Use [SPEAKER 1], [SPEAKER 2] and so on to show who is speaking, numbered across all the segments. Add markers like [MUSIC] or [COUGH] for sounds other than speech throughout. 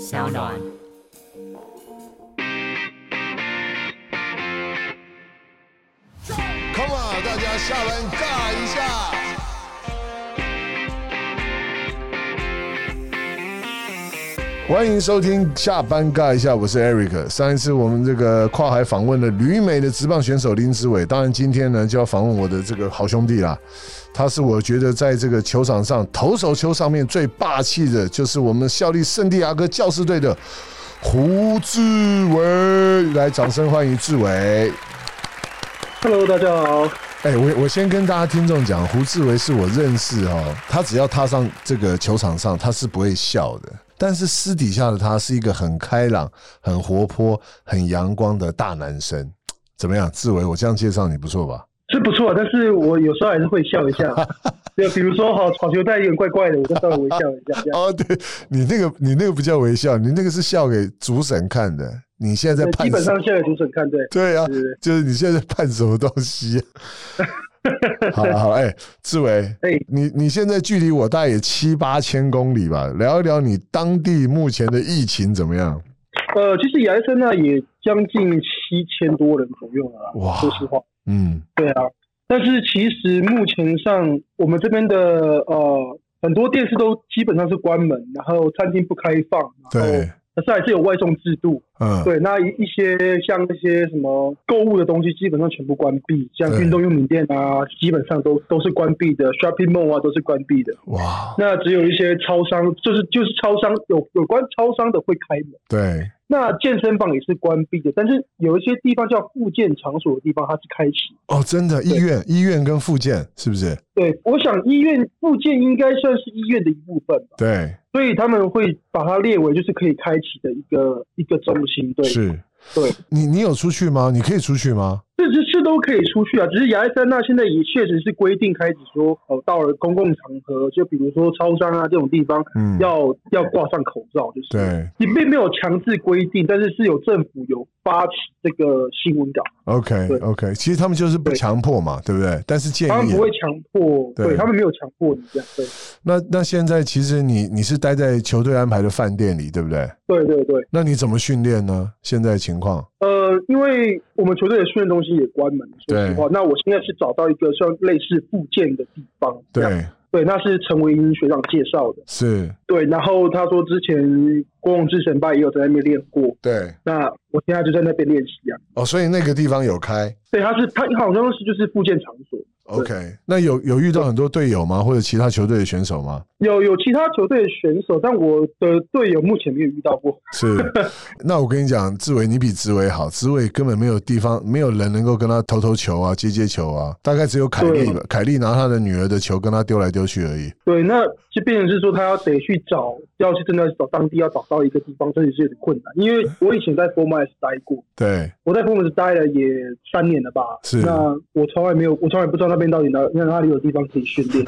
[SPEAKER 1] 小暖。
[SPEAKER 2] Come on，大家下班尬一下。欢迎收听下班尬一下，我是 Eric。上一次我们这个跨海访问了旅美的职棒选手林志伟，当然今天呢就要访问我的这个好兄弟啦。他是我觉得在这个球场上投手球上面最霸气的，就是我们效力圣地亚哥教士队的胡志伟。来，掌声欢迎志伟。
[SPEAKER 3] Hello，大家好。
[SPEAKER 2] 哎、我我先跟大家听众讲，胡志伟是我认识哦，他只要踏上这个球场上，他是不会笑的。但是私底下的他是一个很开朗、很活泼、很阳光的大男生。怎么样，志伟？我这样介绍你不错吧？
[SPEAKER 3] 是不错，但是我有时候还是会笑一
[SPEAKER 2] [LAUGHS]
[SPEAKER 3] 下，就比如说哈，好球带有点怪怪的，我就稍微微笑一下。这样
[SPEAKER 2] 哦，对你那个，你那个不叫微笑，你那个是笑给主审看的。你现 [LAUGHS] 在在
[SPEAKER 3] 基
[SPEAKER 2] 判
[SPEAKER 3] 本
[SPEAKER 2] 什
[SPEAKER 3] 上现在主审看对，
[SPEAKER 2] 对啊
[SPEAKER 3] 是，
[SPEAKER 2] 就是你现在在判什么东
[SPEAKER 3] [LAUGHS]
[SPEAKER 2] 西、啊好了好了，哎、志伟，
[SPEAKER 3] 哎
[SPEAKER 2] 你你现在距离我大概也七八千公里吧，聊一聊你当地目前的疫情怎么样？
[SPEAKER 3] 呃，其实亚历山大也将近七千多人左右了啦。
[SPEAKER 2] 哇
[SPEAKER 3] 说实话，
[SPEAKER 2] 嗯
[SPEAKER 3] 对啊。但是其实目前上，我们这边的呃很多店是都基本上是关门，然后餐厅不开放，然后
[SPEAKER 2] 对
[SPEAKER 3] 可是还是有外送制度。
[SPEAKER 2] 嗯
[SPEAKER 3] 哦对，那一一些像那些什么购物的东西，基本上全部关闭，像
[SPEAKER 2] 对
[SPEAKER 3] 运动用品店啊，基本上都都是关闭的，shopping mall 啊都是关闭的。
[SPEAKER 2] 哇
[SPEAKER 3] 那只有一些超商，就是就是超商有有关超商的会开门。
[SPEAKER 2] 对
[SPEAKER 3] 那健身房也是关闭的，但是有一些地方叫复健场所的地方，它是开启。
[SPEAKER 2] 哦真的医院医院跟附件是不是？
[SPEAKER 3] 对，我想医院复健应该算是医院的一部分吧，
[SPEAKER 2] 对
[SPEAKER 3] 所以他们会把它列为就是可以开启的一个一个中心。对，
[SPEAKER 2] 是，
[SPEAKER 3] 对。
[SPEAKER 2] 你你有出去吗？你可以出去吗？
[SPEAKER 3] 这这这都可以出去啊，只是亚历山大现在也确实是规定开始说，哦，到了公共场合，就比如说超商啊这种地方，
[SPEAKER 2] 嗯
[SPEAKER 3] 要要挂上口罩，就是
[SPEAKER 2] 对
[SPEAKER 3] 你并没有强制规定，但是是有政府有发起这个新闻稿，
[SPEAKER 2] ，OK
[SPEAKER 3] 对
[SPEAKER 2] OK，其实他们就是不
[SPEAKER 3] 对
[SPEAKER 2] 强迫嘛，对不对？但是建
[SPEAKER 3] 他们
[SPEAKER 2] 议
[SPEAKER 3] 不会强迫，
[SPEAKER 2] 哎对
[SPEAKER 3] 对他们没有强迫你这样，对
[SPEAKER 2] 那那现在其实你你是待在球队安排的饭店里，对不对？
[SPEAKER 3] 对对对，
[SPEAKER 2] 那你怎么训练呢？现在情况
[SPEAKER 3] 呃，因为我们球队的训练中心也关门，说实话，那我现在是找到一个像类似复健的地方，这样
[SPEAKER 2] 对
[SPEAKER 3] 对，那是陈维英学长介绍的。
[SPEAKER 2] 是，
[SPEAKER 3] 对，然后他说之前郭宏志神拜也有在那边练过，
[SPEAKER 2] 对
[SPEAKER 3] 那我现在就在那边练习啊。
[SPEAKER 2] 哦，所以那个地方有开
[SPEAKER 3] 对，他是他好像是就是复健场所，
[SPEAKER 2] ，OK。那有有遇到很多队友吗？或者其他球队的选手吗？
[SPEAKER 3] 有有其他球队的选手，但我的队友目前没有遇到过。
[SPEAKER 2] [LAUGHS] 是，那我跟你讲，志伟，你比志伟好，志伟根本没有地方，没有人能够跟他投投球啊，接接球啊，大概只有凯莉吧，凯莉拿他的女儿的球跟他丢来丢去而已。
[SPEAKER 3] 对，那就变成是说他要得去找，要去真的找当地要找到一个地方，真的是有点困难。因为我以前在 Formas 待过，
[SPEAKER 2] 对，
[SPEAKER 3] 我在 Formas 待了也三年了吧，
[SPEAKER 2] 是
[SPEAKER 3] 那我从来没有，我从来不知道那边到底哪那哪里有地方可以训练。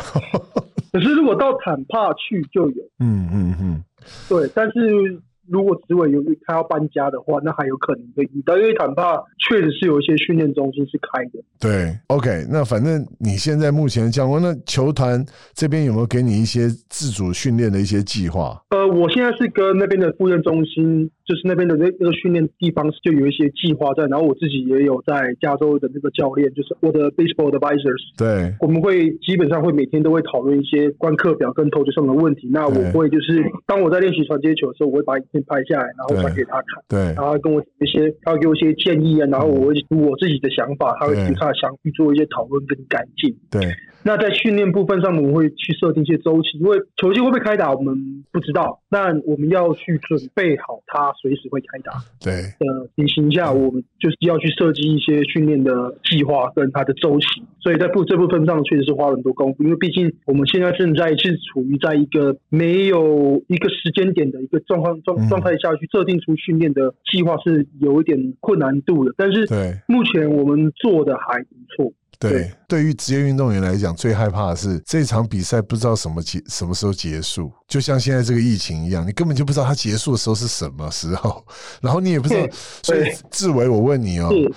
[SPEAKER 3] 可是如果到坦帕去就有。
[SPEAKER 2] 嗯嗯嗯，
[SPEAKER 3] 对，但是如果职委有他要搬家的话，那还有可能会遇到，因为坦帕确实是有一些训练中心是开的。
[SPEAKER 2] 对，OK。那反正你现在目前讲完，那球团这边有没有给你一些自主训练的一些计划？
[SPEAKER 3] 呃，我现在是跟那边的复健中心，就是那边的那那个训练地方，就有一些计划在。然后我自己也有在加州的那个教练，就是我的 baseball advisors，
[SPEAKER 2] 对
[SPEAKER 3] 我们会基本上会每天都会讨论一些观课表跟投球上的问题。那
[SPEAKER 2] 对
[SPEAKER 3] 我会就是当我在练习传接球的时候，我会把影片拍下来，然后传
[SPEAKER 2] 对
[SPEAKER 3] 给他看。
[SPEAKER 2] 对
[SPEAKER 3] 然后跟我一些，他会给我一些建议啊，然后我会我自己的想法，他会
[SPEAKER 2] 对
[SPEAKER 3] 提出他的想法去做一些讨论跟改进。
[SPEAKER 2] 对，
[SPEAKER 3] 那在训练部分上，我们会去设定一些周期，因为球季会不会开打我们不知道，但我们要去准备好它随时会开打
[SPEAKER 2] 对，
[SPEAKER 3] 的情形下，我们就是要去设计一些训练的计划跟它的周期。所以在部这部分上确实是花了很多功夫，因为毕竟我们现在正在是处于在一个没有一个时间点的一个状况
[SPEAKER 2] 嗯
[SPEAKER 3] 状状态下去设定出训练的计划是有一点困难度的，但是
[SPEAKER 2] 对
[SPEAKER 3] 目前我们做的还不错。
[SPEAKER 2] 对
[SPEAKER 3] 对，
[SPEAKER 2] 对于职业运动员来讲，最害怕的是这场比赛不知道什么结什么时候结束，就像现在这个疫情一样，你根本就不知道它结束的时候是什么时候，然后你也不知道
[SPEAKER 3] 对。
[SPEAKER 2] 所以
[SPEAKER 3] 对，
[SPEAKER 2] 志伟，我问你哦
[SPEAKER 3] 是，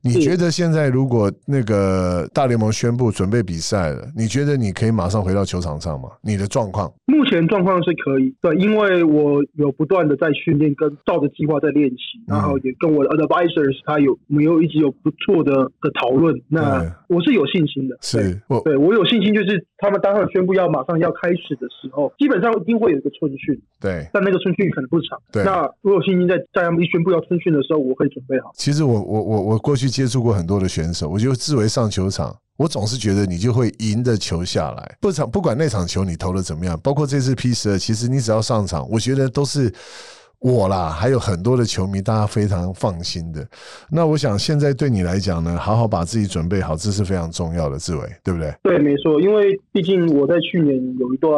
[SPEAKER 2] 你觉得现在如果那个大联盟宣布准备比赛了，你觉得你可以马上回到球场上吗？你的状况？
[SPEAKER 3] 目前状况是可以，对，因为我有不断的在训练，跟照着计划在练习，
[SPEAKER 2] 嗯
[SPEAKER 3] 然后也跟我的 advisors 他有没有一直有不错的的讨论。那我是有信心的，对
[SPEAKER 2] 是我
[SPEAKER 3] 对我有信心，就是他们当他们宣布要马上要开始的时候，基本上一定会有一个春训，
[SPEAKER 2] 对。
[SPEAKER 3] 但那个春训可能不长。
[SPEAKER 2] 对
[SPEAKER 3] 那我有信心在在他们一宣布要春训的时候，我会准备好。
[SPEAKER 2] 其实我我我我过去接触过很多的选手，我就自为上球场，我总是觉得你就会赢的球下来，不场不管那场球你投的怎么样，包括这次 P 十二，其实你只要上场，我觉得都是。我啦，还有很多的球迷，大家非常放心的。那我想，现在对你来讲呢，好好把自己准备好，这是非常重要的，志伟，对不对？
[SPEAKER 3] 对，没错，因为毕竟我在去年有一段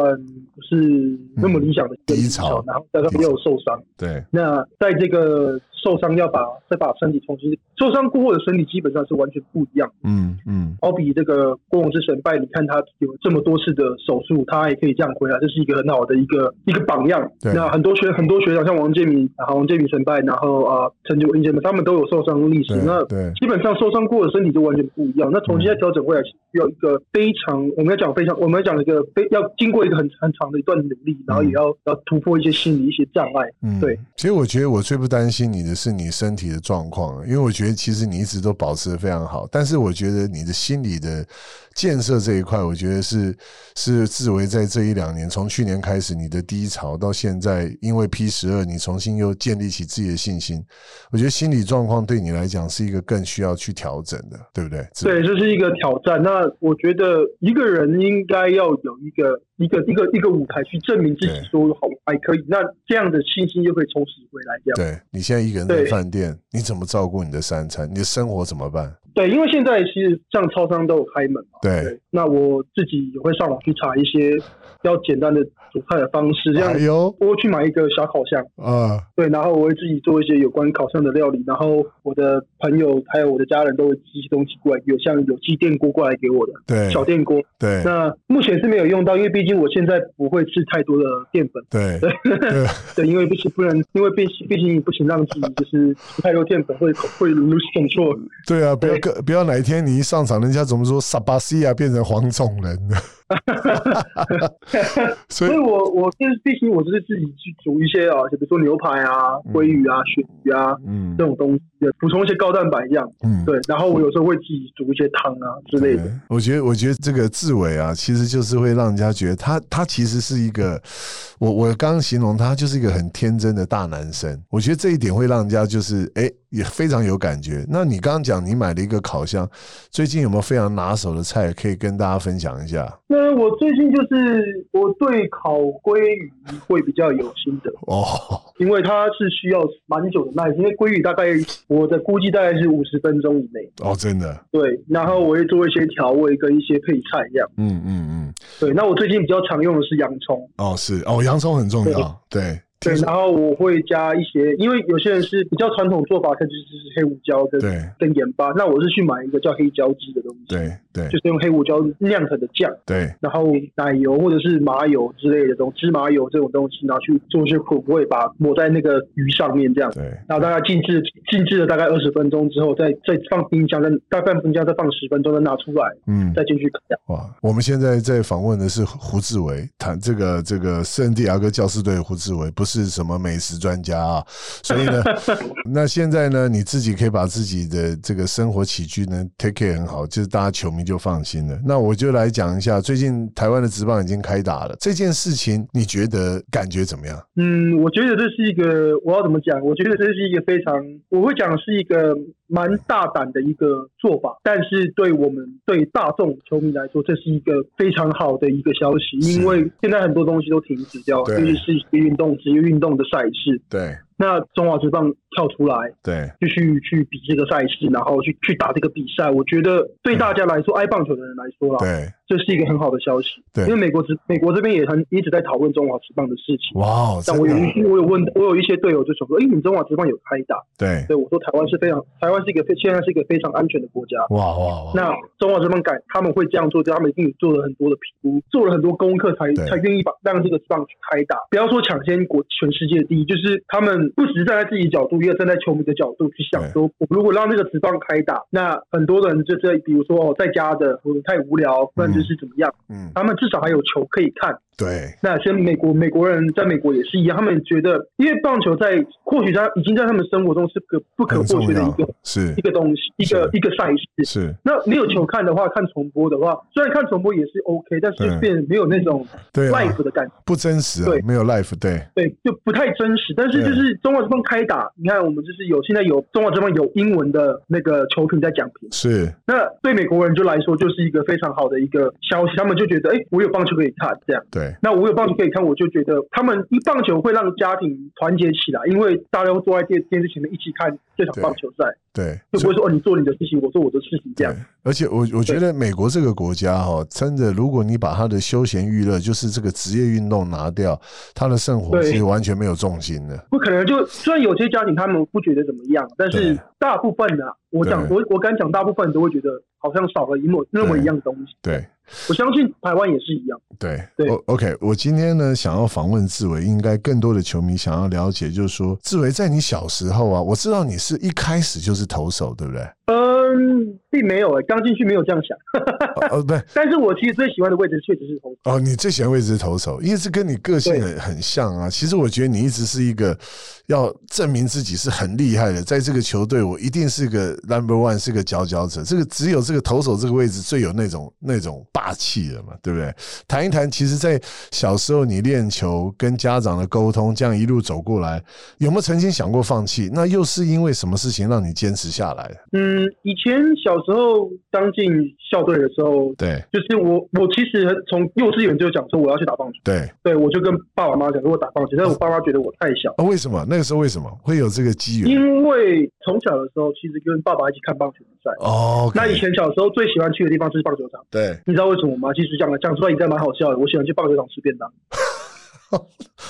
[SPEAKER 3] 不是那么理想的
[SPEAKER 2] 嗯低潮
[SPEAKER 3] 然后加上
[SPEAKER 2] 低潮
[SPEAKER 3] 也有受伤。
[SPEAKER 2] 对，
[SPEAKER 3] 那在这个受伤要把再把身体重新受伤过后的身体基本上是完全不一样的。
[SPEAKER 2] 嗯嗯，
[SPEAKER 3] 好比这个郭宏之神拜，你看他有这么多次的手术，他还可以这样回来，这是一个很好的一个一个榜样。
[SPEAKER 2] 对
[SPEAKER 3] 那很多学很多学长，像王建民，然后王建民神拜，然后啊陈九英杰们，他们都有受伤历史
[SPEAKER 2] 对。
[SPEAKER 3] 那
[SPEAKER 2] 对
[SPEAKER 3] 基本上受伤过的身体就完全不一样。那重新再调整回来，需要一个非常，我们要讲非常，我们要讲一个非要经过一个很很长的一段努力，然后也要要突破一些心理一些障碍。
[SPEAKER 2] 嗯
[SPEAKER 3] 对，
[SPEAKER 2] 其实我觉得我最不担心你的是你身体的状况，因为我觉得其实你一直都保持的非常好，但是我觉得你的心理的建设这一块，我觉得是是志伟在这一两年，从去年开始你的低潮到现在，因为 P 十二你重新又建立起自己的信心，我觉得心理状况对你来讲是一个更需要去调整的，对不对？志伟
[SPEAKER 3] 对，，这是一个挑战。那我觉得一个人应该要有一个一个一个一个舞台去证明自己
[SPEAKER 2] 对，
[SPEAKER 3] 说好我还可以。那这样的信心就可以重拾回来。这样
[SPEAKER 2] 对你现在一个人在
[SPEAKER 3] 对
[SPEAKER 2] 饭店，你怎么照顾你的三餐？你的生活怎么办？
[SPEAKER 3] 对，因为现在其实像超商都有开门嘛。
[SPEAKER 2] 对，
[SPEAKER 3] 对，那我自己也会上网去查一些比较简单的煮菜的方式，这样
[SPEAKER 2] 哎呦
[SPEAKER 3] 我会去买一个小烤箱。
[SPEAKER 2] 啊，
[SPEAKER 3] 对，然后我会自己做一些有关烤箱的料理，然后我的朋友还有我的家人都会寄一些东西过来，有像有寄电锅过来给我的
[SPEAKER 2] 对
[SPEAKER 3] 小电锅。
[SPEAKER 2] 对。
[SPEAKER 3] 那目前是没有用到，因为毕竟我现在不会吃太多的淀粉， [LAUGHS]
[SPEAKER 2] 对对，
[SPEAKER 3] 对，因为不行不能，因为毕毕竟不行让自己就是吃太多淀粉会会 lose control。
[SPEAKER 2] [LAUGHS] 对啊，不要
[SPEAKER 3] 对
[SPEAKER 2] 跟不要哪一天你一上场，人家怎么说萨巴西亚变成黄种人 [LAUGHS] 了？所以
[SPEAKER 3] 所 [LAUGHS] 以我我是毕竟我就是自己去煮一些啊，比如说牛排啊、鲑鱼啊、鳕鱼啊
[SPEAKER 2] 嗯
[SPEAKER 3] 这种东西，补充一些高蛋白这样。
[SPEAKER 2] 嗯，
[SPEAKER 3] 对，然后我有时候会自己煮一些汤啊之类的。
[SPEAKER 2] 对我觉得，我觉得这个志伟啊，其实就是会让人家觉得他，他其实是一个，我我刚刚形容他就是一个很天真的大男生。我觉得这一点会让人家就是，哎，也非常有感觉。那你刚刚讲你买了一个烤箱，最近有没有非常拿手的菜可以跟大家分享一下？
[SPEAKER 3] 那我最近就是我对烤鲑鱼会比较有心得，
[SPEAKER 2] 哦，
[SPEAKER 3] 因为它是需要蛮久的耐心，因为鲑鱼大概我的估计大概是五十分钟以内。
[SPEAKER 2] 哦，真的，
[SPEAKER 3] 对，然后我会做一些调味跟一些配菜这样。
[SPEAKER 2] 嗯嗯嗯，
[SPEAKER 3] 对，那我最近比较常用的是洋葱，
[SPEAKER 2] 哦是，哦洋葱很重要，对，
[SPEAKER 3] 对，
[SPEAKER 2] 听说
[SPEAKER 3] 然后我会加一些，因为有些人是比较传统做法，它就是黑胡椒跟
[SPEAKER 2] 对
[SPEAKER 3] 跟盐巴。那我是去买一个叫黑椒鸡的东西，
[SPEAKER 2] 对对
[SPEAKER 3] 就是用黑胡椒酿成的酱，
[SPEAKER 2] 对，
[SPEAKER 3] 然后奶油或者是麻油之类的东西，芝麻油这种东西，然后去做一些混味，把它抹在那个鱼上面这样。
[SPEAKER 2] 对，
[SPEAKER 3] 然后大概静置静置了大概二十分钟之后，再再放冰箱，再大概放冰箱再放十分钟，再拿出来，
[SPEAKER 2] 嗯，
[SPEAKER 3] 再进去烤。
[SPEAKER 2] 哇，我们现在在访问的是胡志伟，谈这个这个圣地亚哥教士队的胡志伟，不是什么美食专家啊，所
[SPEAKER 3] [LAUGHS]
[SPEAKER 2] 以呢，那现在呢，你自己可以把自己的这个生活起居呢 take care 很好，就是大家球迷就放心了。那我就来讲一下，最近台湾的职棒已经开打了，这件事情你觉得感觉怎么样？
[SPEAKER 3] 嗯，我觉得这是一个，我要怎么讲？我觉得这是一个非常，我会讲是一个蛮大胆的一个做法，但是对我们对大众球迷来说，这是一个非常好的一个消息，
[SPEAKER 2] 是
[SPEAKER 3] 因为现在很多东西都停止掉了，
[SPEAKER 2] 对
[SPEAKER 3] 尤其是一些运动、职业运动的赛事。
[SPEAKER 2] 对
[SPEAKER 3] 那中华职棒跳出来，
[SPEAKER 2] 对，
[SPEAKER 3] 继续去比这个赛事，然后去去打这个比赛，我觉得对大家来说，爱棒球的人来说啦，
[SPEAKER 2] 对，
[SPEAKER 3] 这是一个很好的消息。
[SPEAKER 2] 对
[SPEAKER 3] 因为美国职美国这边也很一直在讨论中华职棒的事情。
[SPEAKER 2] 哇哦，
[SPEAKER 3] 但
[SPEAKER 2] 真
[SPEAKER 3] 我有
[SPEAKER 2] 的
[SPEAKER 3] 一，我有问，我有一些队友就想说，哎、你们中华职棒有开打？
[SPEAKER 2] 对，
[SPEAKER 3] 对我说，台湾是非常，台湾是一个非现在是一个非常安全的国家。
[SPEAKER 2] 哇哇哇，
[SPEAKER 3] 那中华职棒改他们会这样做，就他们一定做了很多的评估，做了很多功课才
[SPEAKER 2] 对
[SPEAKER 3] 才愿意把让这个职棒去开打。不要说抢先国全世界第一，就是他们们不只是站在自己角度，也有站在球迷的角度去想
[SPEAKER 2] 对
[SPEAKER 3] 说，我如果让这个职棒开打，那很多人就是比如说哦，在家的我太无聊，不然就是怎么样，
[SPEAKER 2] 嗯，
[SPEAKER 3] 他们至少还有球可以看。
[SPEAKER 2] 对，
[SPEAKER 3] 那像美国美国人在美国也是一样，他们觉得因为棒球在或许他已经在他们生活中是个不可
[SPEAKER 2] 很
[SPEAKER 3] 或
[SPEAKER 2] 重
[SPEAKER 3] 缺的一
[SPEAKER 2] 要
[SPEAKER 3] 个，
[SPEAKER 2] 是
[SPEAKER 3] 一个东西，一个
[SPEAKER 2] 是
[SPEAKER 3] 一个赛事。
[SPEAKER 2] 是，
[SPEAKER 3] 那没有球看的话，看重播的话，虽然看重播也是 OK，但是就
[SPEAKER 2] 嗯
[SPEAKER 3] 变得没有那种
[SPEAKER 2] 对啊
[SPEAKER 3] life 的感觉，
[SPEAKER 2] 不真实啊
[SPEAKER 3] 对，
[SPEAKER 2] 没有 life，对，
[SPEAKER 3] 对，就不太真实。但是
[SPEAKER 2] 对啊
[SPEAKER 3] 就是中华之棒开打，你看我们就是有现在有中华之棒有英文的那个球评在讲评，
[SPEAKER 2] 是
[SPEAKER 3] 那对美国人就来说就是一个非常好的一个消息，他们就觉得哎，诶我有棒球可以看这样。
[SPEAKER 2] 对，
[SPEAKER 3] 那我有棒球可以看，我就觉得他们一棒球会让家庭团结起来，因为大家都坐在电电视前面一起看这场棒球赛，
[SPEAKER 2] 对，
[SPEAKER 3] 就不会说哦你做你的事情，我做我的事情这样
[SPEAKER 2] 对。，而且我我觉得美国这个国家哈、哦，真的，如果你把他的休闲娱乐，就是这个职业运动拿掉，他的生活
[SPEAKER 3] 对
[SPEAKER 2] 是完全没有重心的。
[SPEAKER 3] 不可能就虽然有些家庭他们不觉得怎么样，但是
[SPEAKER 2] 对
[SPEAKER 3] 大部分呢、啊，我讲
[SPEAKER 2] 对
[SPEAKER 3] 我我敢讲，大部分都会觉得好像少了一模那么一样东西。
[SPEAKER 2] 对
[SPEAKER 3] 我相信台湾也是一样。
[SPEAKER 2] 对
[SPEAKER 3] 对
[SPEAKER 2] ，O OK，我今天呢想要访问志伟，应该更多的球迷想要了解，就是说志伟在你小时候啊，我知道你是一开始就是投手，对不对？
[SPEAKER 3] 嗯，并没有诶、刚进去没有这样想。
[SPEAKER 2] 哦哦，不对，
[SPEAKER 3] 但是我其实最喜欢的位置确实是投手，
[SPEAKER 2] 哦，你最喜欢位置是投手，因为这跟你个性
[SPEAKER 3] 对
[SPEAKER 2] 很很像啊。其实我觉得你一直是一个要证明自己是很厉害的，在这个球队我一定是个 number one，是个佼佼者。这个只有这个投手这个位置最有那种那种霸气了嘛，对不对？谈一谈，其实，在小时候你练球跟家长的沟通，这样一路走过来，有没有曾经想过放弃？那又是因为什么事情让你坚持下来的？
[SPEAKER 3] 嗯，以前小时候刚进校队的时候，
[SPEAKER 2] 对
[SPEAKER 3] 就是我，我其实很从幼稚园就讲说我要去打棒球，
[SPEAKER 2] 对
[SPEAKER 3] 对我就跟爸爸妈妈讲说我打棒球，但是我爸妈觉得我太小，
[SPEAKER 2] 啊，为什么那个时候为什么会有这个机缘？
[SPEAKER 3] 因为从小的时候其实跟爸爸一起看棒球比赛。
[SPEAKER 2] 哦，
[SPEAKER 3] 那以前小时候最喜欢去的地方就是棒球场，
[SPEAKER 2] 对。
[SPEAKER 3] 你知道为什么吗？其实讲讲出来应该蛮好笑的，我喜欢去棒球场吃便当。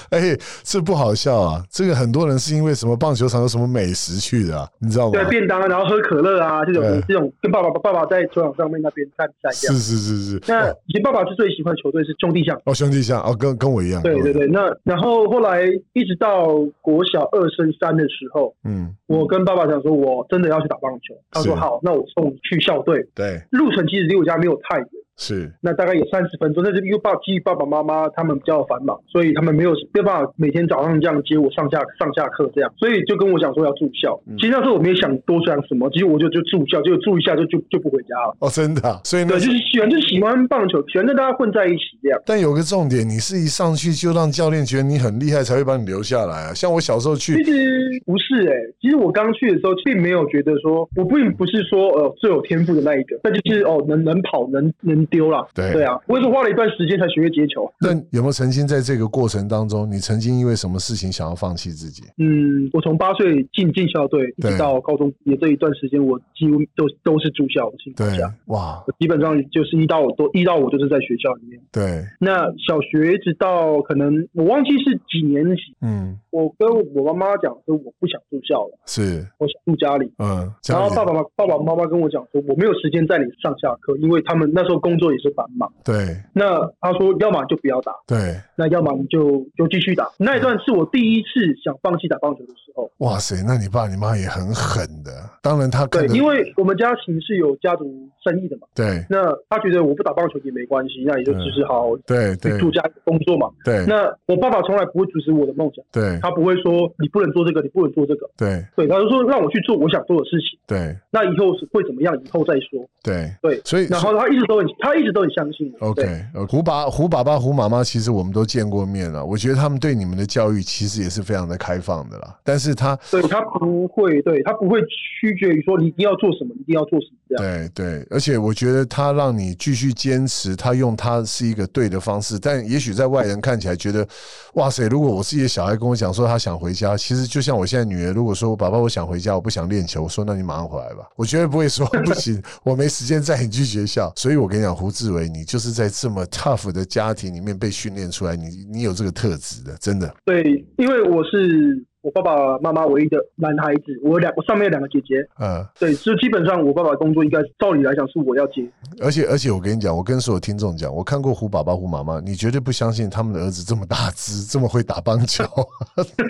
[SPEAKER 2] 哎，这不好笑啊！这个很多人是因为什么棒球场有什么美食去的、啊，你知道吗
[SPEAKER 3] 对，？便当，然后喝可乐啊，这种
[SPEAKER 2] 对
[SPEAKER 3] 这种跟爸爸爸爸在球场上面那边看比赛
[SPEAKER 2] 是
[SPEAKER 3] 这样。
[SPEAKER 2] 是是是，
[SPEAKER 3] 那
[SPEAKER 2] 哦
[SPEAKER 3] 以前爸爸是最喜欢的球队是兄弟象，
[SPEAKER 2] 哦，兄弟像哦，跟跟我一样，
[SPEAKER 3] 对
[SPEAKER 2] 跟我
[SPEAKER 3] 对
[SPEAKER 2] 一样，
[SPEAKER 3] 对。那然后后来一直到国小二升三的时候，
[SPEAKER 2] 嗯，
[SPEAKER 3] 我跟爸爸讲说，我真的要去打棒球。他说
[SPEAKER 2] 是
[SPEAKER 3] 好，那我送你去校队。
[SPEAKER 2] 对，
[SPEAKER 3] 路程其实离我家没有太远，
[SPEAKER 2] 是
[SPEAKER 3] 那大概有三十分钟。但是因为爸基于爸爸妈妈他们比较繁忙，所以他们没有没有办法每天早上这样接我上下上下课这样，所以就跟我讲说要住校。其实那时候我没想多想什么，其实我就就住校，就住一下就就就不回家了。
[SPEAKER 2] 哦，真的啊、所以
[SPEAKER 3] 对，
[SPEAKER 2] 那
[SPEAKER 3] 就是喜欢就喜欢棒球，喜欢跟大家混在一起这样。
[SPEAKER 2] 但有个重点，你是一上去就让教练觉得你很厉害，才会把你留下来啊。像我小时候
[SPEAKER 3] 其
[SPEAKER 2] 去，
[SPEAKER 3] 实不是哎、其实我刚去的时候并没有觉得说，我并不是说呃最有天赋的那一个，那就是哦能能跑能能丢啦。
[SPEAKER 2] 对
[SPEAKER 3] 啊，我也是花了一段时间才学会接球。
[SPEAKER 2] 那有没有曾经在这个过程当中，你曾经因为什么事情想要放弃自己？
[SPEAKER 3] 嗯，我从八岁进进校队，一
[SPEAKER 2] 对
[SPEAKER 3] 直到高中毕业这一段时间，我几乎都都是啊住校的情况
[SPEAKER 2] 对
[SPEAKER 3] 下，，
[SPEAKER 2] 哇，
[SPEAKER 3] 我基本上就是一到我都一到我就是在学校里面。
[SPEAKER 2] 对，
[SPEAKER 3] 那小学一直到可能我忘记是几年级，
[SPEAKER 2] 嗯，
[SPEAKER 3] 我跟我妈妈讲说我不想住校了，
[SPEAKER 2] 是，
[SPEAKER 3] 我想住家里。
[SPEAKER 2] 嗯，
[SPEAKER 3] 然后
[SPEAKER 2] 教练
[SPEAKER 3] 爸爸妈爸爸妈妈跟我讲说，我没有时间带你上下课，因为他们那时候工作也是繁忙。
[SPEAKER 2] 对
[SPEAKER 3] 那他说，要么就不要打，
[SPEAKER 2] 对，
[SPEAKER 3] 那要么你就就继续打。那一段是我第一次想放弃打棒球的时候。
[SPEAKER 2] 哇塞，那你爸你妈也很狠的。啊当然，他
[SPEAKER 3] 对
[SPEAKER 2] 看，得
[SPEAKER 3] 因为我们家庭是有家族生意的嘛，
[SPEAKER 2] 对
[SPEAKER 3] 那他觉得我不打棒球也没关系，那也就只是好好
[SPEAKER 2] 嗯对
[SPEAKER 3] 去
[SPEAKER 2] 对
[SPEAKER 3] 住家里工作嘛。
[SPEAKER 2] 对
[SPEAKER 3] 那我爸爸从来不会阻止我的梦想，
[SPEAKER 2] 对
[SPEAKER 3] 他不会说你不能做这个，你不能做这个，
[SPEAKER 2] 对
[SPEAKER 3] 对，他就说让我去做我想做的事情，
[SPEAKER 2] 对
[SPEAKER 3] 那以后是会怎么样，以后再说。
[SPEAKER 2] 对，
[SPEAKER 3] 对，
[SPEAKER 2] 所以
[SPEAKER 3] 然后他一直都很，他一直都很相信我。对
[SPEAKER 2] OK，呃胡爸、胡爸爸、胡妈妈，其实我们都见过面了。我觉得他们对你们的教育其实也是非常的开放的啦。但是他，
[SPEAKER 3] 对他不会，对他不会屈决于说你一定要做什么，一定要做什么这样。
[SPEAKER 2] 对对，而且我觉得他让你继续坚持，他用他是一个对的方式。但也许在外人看起来觉得，哇塞，如果我自己的小孩跟我讲说他想回家，其实就像我现在女儿，如果说爸爸我想回家，我不想练球，我说那你马上回来吧，我绝对不会说不行，我没时间载你去学校。所以我跟你讲，胡志伟，你就是在这么 tough 的家庭里面被训练出来，你你有这个特质的，真的。
[SPEAKER 3] 对，因为我是我爸爸妈妈唯一的男孩子，我有两我上面有两个姐姐，
[SPEAKER 2] 嗯，
[SPEAKER 3] 对，就基本上我爸爸的工作应该照理来讲是我要接，
[SPEAKER 2] 而且而且我跟你讲，我跟所有听众讲，我看过胡爸爸、胡妈妈，你绝对不相信他们的儿子这么大只，这么会打棒球。 [LAUGHS] 嗯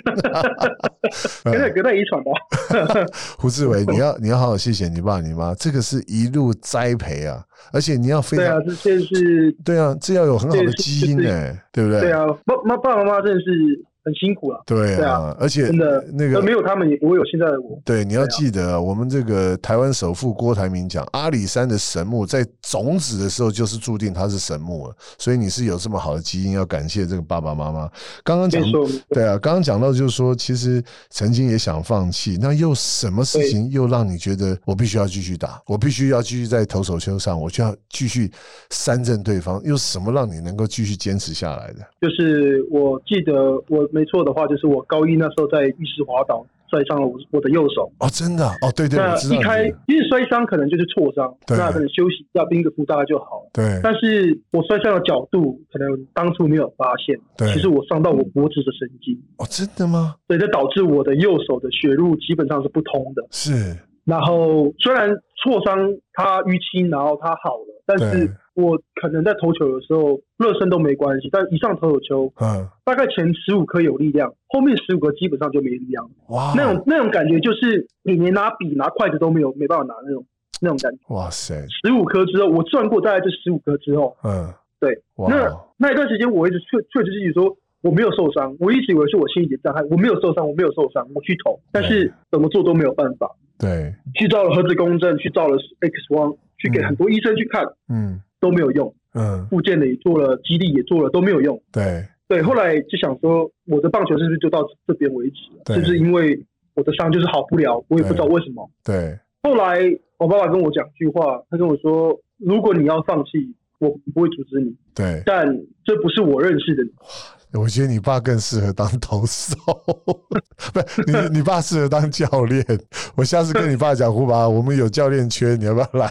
[SPEAKER 3] 可能隔代遗传吧。
[SPEAKER 2] 胡志
[SPEAKER 3] [LAUGHS]
[SPEAKER 2] 伟，你要你要好好谢谢你爸你妈，这个是一路栽培啊，而且你要非
[SPEAKER 3] 对
[SPEAKER 2] 常
[SPEAKER 3] 啊，这这是
[SPEAKER 2] 对啊，这要有很好的
[SPEAKER 3] 对是
[SPEAKER 2] 基因
[SPEAKER 3] 就是
[SPEAKER 2] 哎、对不对？
[SPEAKER 3] 对啊，爸妈爸爸妈妈真的是很辛苦了，
[SPEAKER 2] 对啊，
[SPEAKER 3] 对啊
[SPEAKER 2] 而且
[SPEAKER 3] 真的
[SPEAKER 2] 那个
[SPEAKER 3] 没有他们也不会有现在的我。
[SPEAKER 2] 对，你要记得、啊，我们这个台湾首富郭台铭讲，阿里山的神木在种子的时候就是注定它是神木了，所以你是有这么好的基因，要感谢这个爸爸妈妈。刚刚讲
[SPEAKER 3] 没错
[SPEAKER 2] 对啊，刚刚讲到就是说，其实曾经也想放弃，那又什么事情又让你觉得我必须要继续打，我必须要继续在投手球上，我就要继续三振对方，又什么让你能够继续坚持下来的？
[SPEAKER 3] 就是我记得我没错的话，就是我高一那时候在浴室滑倒，摔伤了我我的右手。
[SPEAKER 2] 哦，真的啊、哦，对对，
[SPEAKER 3] 那
[SPEAKER 2] 我知道
[SPEAKER 3] 一
[SPEAKER 2] 你
[SPEAKER 3] 开
[SPEAKER 2] 的，
[SPEAKER 3] 因为摔伤可能就是挫伤，
[SPEAKER 2] 对
[SPEAKER 3] 那可能休息一下，冰个敷大概就好了。
[SPEAKER 2] 对
[SPEAKER 3] 但是我摔伤的角度可能当初没有发现，
[SPEAKER 2] 对
[SPEAKER 3] 其实我伤到我脖子的神经，
[SPEAKER 2] 哦，真的吗？
[SPEAKER 3] 所以这导致我的右手的血路基本上是不通的。
[SPEAKER 2] 是
[SPEAKER 3] 然后虽然挫伤它淤青，然后它好了，但
[SPEAKER 2] 对
[SPEAKER 3] 是我可能在投球的时候热身都没关系，但一上投手球，
[SPEAKER 2] 嗯。
[SPEAKER 3] 大概前十五颗有力量，后面十五颗基本上就没力量了。
[SPEAKER 2] 哇，
[SPEAKER 3] 那种那种感觉就是你连拿笔拿筷子都没有，没办法拿那种那种感觉。
[SPEAKER 2] 哇塞，
[SPEAKER 3] 十五颗之后，我转过大概就十五颗之后，
[SPEAKER 2] 嗯，
[SPEAKER 3] 对，
[SPEAKER 2] 哇
[SPEAKER 3] 那那一段时间我一直确确实自己说我没有受伤，我一直以为是我心理的障碍，我没有受伤，我没有受伤，我去投，但是怎么做都没有办法。
[SPEAKER 2] 对，
[SPEAKER 3] 去照了核磁共振，去照了 X 光，去给
[SPEAKER 2] 嗯
[SPEAKER 3] 很多医生去看、
[SPEAKER 2] 嗯
[SPEAKER 3] 都没有用，
[SPEAKER 2] 嗯，
[SPEAKER 3] 复健的也做了，肌力也做了都没有用。
[SPEAKER 2] 对
[SPEAKER 3] 对，后来就想说，我的棒球是不是就到这边为止
[SPEAKER 2] 对
[SPEAKER 3] 了？是不是因为我的伤就是好不了？我也不知道为什么。
[SPEAKER 2] 对，
[SPEAKER 3] 后来我爸爸跟我讲句话，他跟我说：“如果你要放弃，我不会阻止你，
[SPEAKER 2] 对，
[SPEAKER 3] 但这不是我认识的你。
[SPEAKER 2] 我觉得你爸更适合当投手， [LAUGHS] 不是你，你爸适合当教练。我下次跟你爸讲，胡爸，我们有教练缺，你要不要来？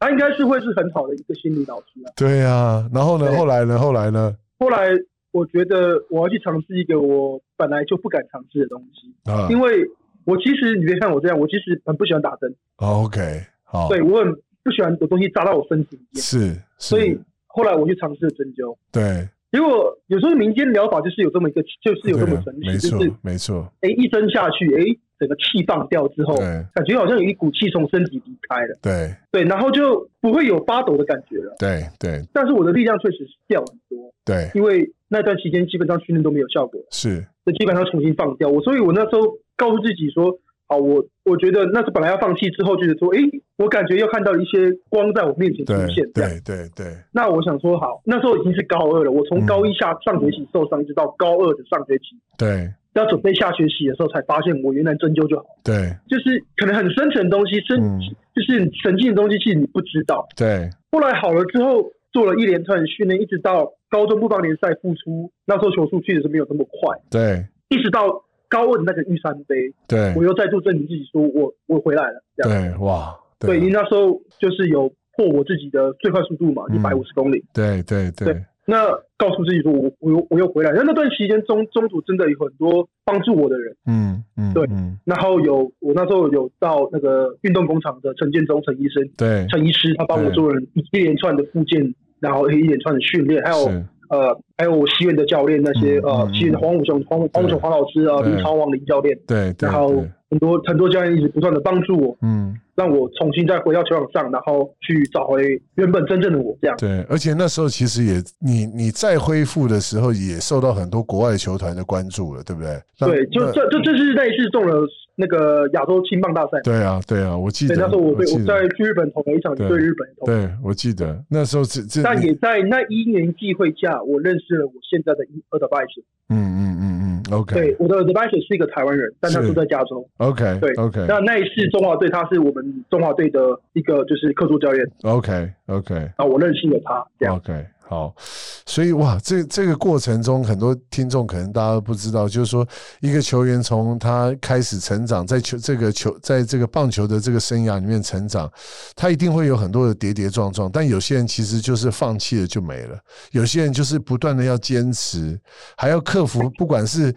[SPEAKER 3] 他应该是会是很好的一个心理老师啊。
[SPEAKER 2] 对呀、啊，然后呢？
[SPEAKER 3] 对
[SPEAKER 2] 后来呢？后来呢？
[SPEAKER 3] 后来我觉得我要去尝试一个我本来就不敢尝试的东西，
[SPEAKER 2] 啊
[SPEAKER 3] 因为我其实你别看我这样，我其实很不喜欢打针，
[SPEAKER 2] 哦，OK，好，
[SPEAKER 3] 对我很不喜欢有东西扎到我身体里面，
[SPEAKER 2] 是，是
[SPEAKER 3] 所以后来我去尝试了针灸。
[SPEAKER 2] 对，
[SPEAKER 3] 结果有时候民间疗法就是有这么一个，就是有这么
[SPEAKER 2] 对啊
[SPEAKER 3] 神
[SPEAKER 2] 没
[SPEAKER 3] 奇，
[SPEAKER 2] 错
[SPEAKER 3] 就是，
[SPEAKER 2] 没错，
[SPEAKER 3] 哎一针下去，哎整个气放掉之后，
[SPEAKER 2] 对
[SPEAKER 3] 感觉好像有一股气从身体离开了，
[SPEAKER 2] 对，
[SPEAKER 3] 对，然后就不会有发抖的感觉了。
[SPEAKER 2] 对，对，
[SPEAKER 3] 但是我的力量确实是掉很多，
[SPEAKER 2] 对，
[SPEAKER 3] 因为那段期间基本上训练都没有效果，
[SPEAKER 2] 是，
[SPEAKER 3] 就基本上重新放掉我，所以我那时候告诉自己说，好，我我觉得那是本来要放弃之后，就是说，哎，我感觉又看到一些光在我面前出
[SPEAKER 2] 对
[SPEAKER 3] 现，，这样。
[SPEAKER 2] 对，对，对，
[SPEAKER 3] 那我想说，好，那时候已经是高二了，我
[SPEAKER 2] 嗯
[SPEAKER 3] 从高一下上学期受伤，一直到高二的上学期，
[SPEAKER 2] 对，
[SPEAKER 3] 要准备下学期的时候，才发现我原来针灸就好，
[SPEAKER 2] 对，
[SPEAKER 3] 就是可能很深层的东西，深、
[SPEAKER 2] 嗯
[SPEAKER 3] 就是神经的东西，其实你不知道。
[SPEAKER 2] 对，
[SPEAKER 3] 后来好了之后，做了一连串的训练，一直到高中部棒联赛复出，那时候球速确实是没有那么快，
[SPEAKER 2] 对，
[SPEAKER 3] 一直到高二的那个玉山杯，
[SPEAKER 2] 对
[SPEAKER 3] 我，又再度证明自己说我我回来了，这样。
[SPEAKER 2] 对，啊哇，
[SPEAKER 3] 对，因为那时候就是有破我自己的最快速度嘛，
[SPEAKER 2] 嗯
[SPEAKER 3] 一百五十公里。
[SPEAKER 2] 对对对
[SPEAKER 3] 对那告诉自己说我我又我又回来，那那段期间中中途真的有很多帮助我的人，
[SPEAKER 2] 嗯嗯，
[SPEAKER 3] 对
[SPEAKER 2] 嗯，
[SPEAKER 3] 然后有我那时候有到那个运动工厂的陈建忠陈医生，
[SPEAKER 2] 对，
[SPEAKER 3] 陈医师他帮我
[SPEAKER 2] 对
[SPEAKER 3] 做了一一连串的复健，然后一连串的训练，还有
[SPEAKER 2] 是
[SPEAKER 3] 呃还有我西院的教练那些、
[SPEAKER 2] 嗯
[SPEAKER 3] 呃
[SPEAKER 2] 嗯
[SPEAKER 3] 西院的黄武雄黄武黄武雄黄老师啊
[SPEAKER 2] 对
[SPEAKER 3] 林朝王林教练，
[SPEAKER 2] 对对，
[SPEAKER 3] 然后
[SPEAKER 2] 对
[SPEAKER 3] 很多很多教练一直不断的帮助我，
[SPEAKER 2] 嗯，
[SPEAKER 3] 让我重新再回到球场上，然后去找回原本真正的我这样。
[SPEAKER 2] 对，而且那时候其实也，你你再恢复的时候，也受到很多国外球团的关注了，对不对？那
[SPEAKER 3] 对，就
[SPEAKER 2] 那
[SPEAKER 3] 这这这是类似中了那个亚洲青棒大赛。
[SPEAKER 2] 对啊对啊，我记
[SPEAKER 3] 对，
[SPEAKER 2] 得，
[SPEAKER 3] 那时候我被
[SPEAKER 2] 记
[SPEAKER 3] 我
[SPEAKER 2] 得
[SPEAKER 3] 在去日本投了一场
[SPEAKER 2] 对
[SPEAKER 3] 对日本投，
[SPEAKER 2] 对，我记得那时候这这，
[SPEAKER 3] 但
[SPEAKER 2] 你
[SPEAKER 3] 也在那一年机会下，我认识了我现在的一二德拜雪。
[SPEAKER 2] 嗯嗯嗯嗯
[SPEAKER 3] 对
[SPEAKER 2] ，OK，
[SPEAKER 3] 我的德拜雪是一个台湾人，但他
[SPEAKER 2] 是
[SPEAKER 3] 住在加州。
[SPEAKER 2] OK
[SPEAKER 3] 对
[SPEAKER 2] OK
[SPEAKER 3] 那那一次中华队，他是我们中华队的一个就是客座教练，
[SPEAKER 2] OK OK
[SPEAKER 3] 然后我认识了他，这样。
[SPEAKER 2] OK，好，所以哇，这这个过程中，很多听众可能大家都不知道，就是说，一个球员从他开始成长，在球这个球，在这个棒球的这个生涯里面成长，他一定会有很多的跌跌撞撞。但有些人其实就是放弃了就没了，有些人就是不断的要坚持，还要克服，不管是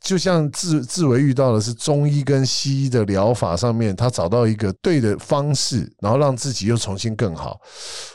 [SPEAKER 2] 就像志志伟遇到的是中医跟西医的疗法上面，他找到一个对的方式，然后让自己又重新更好。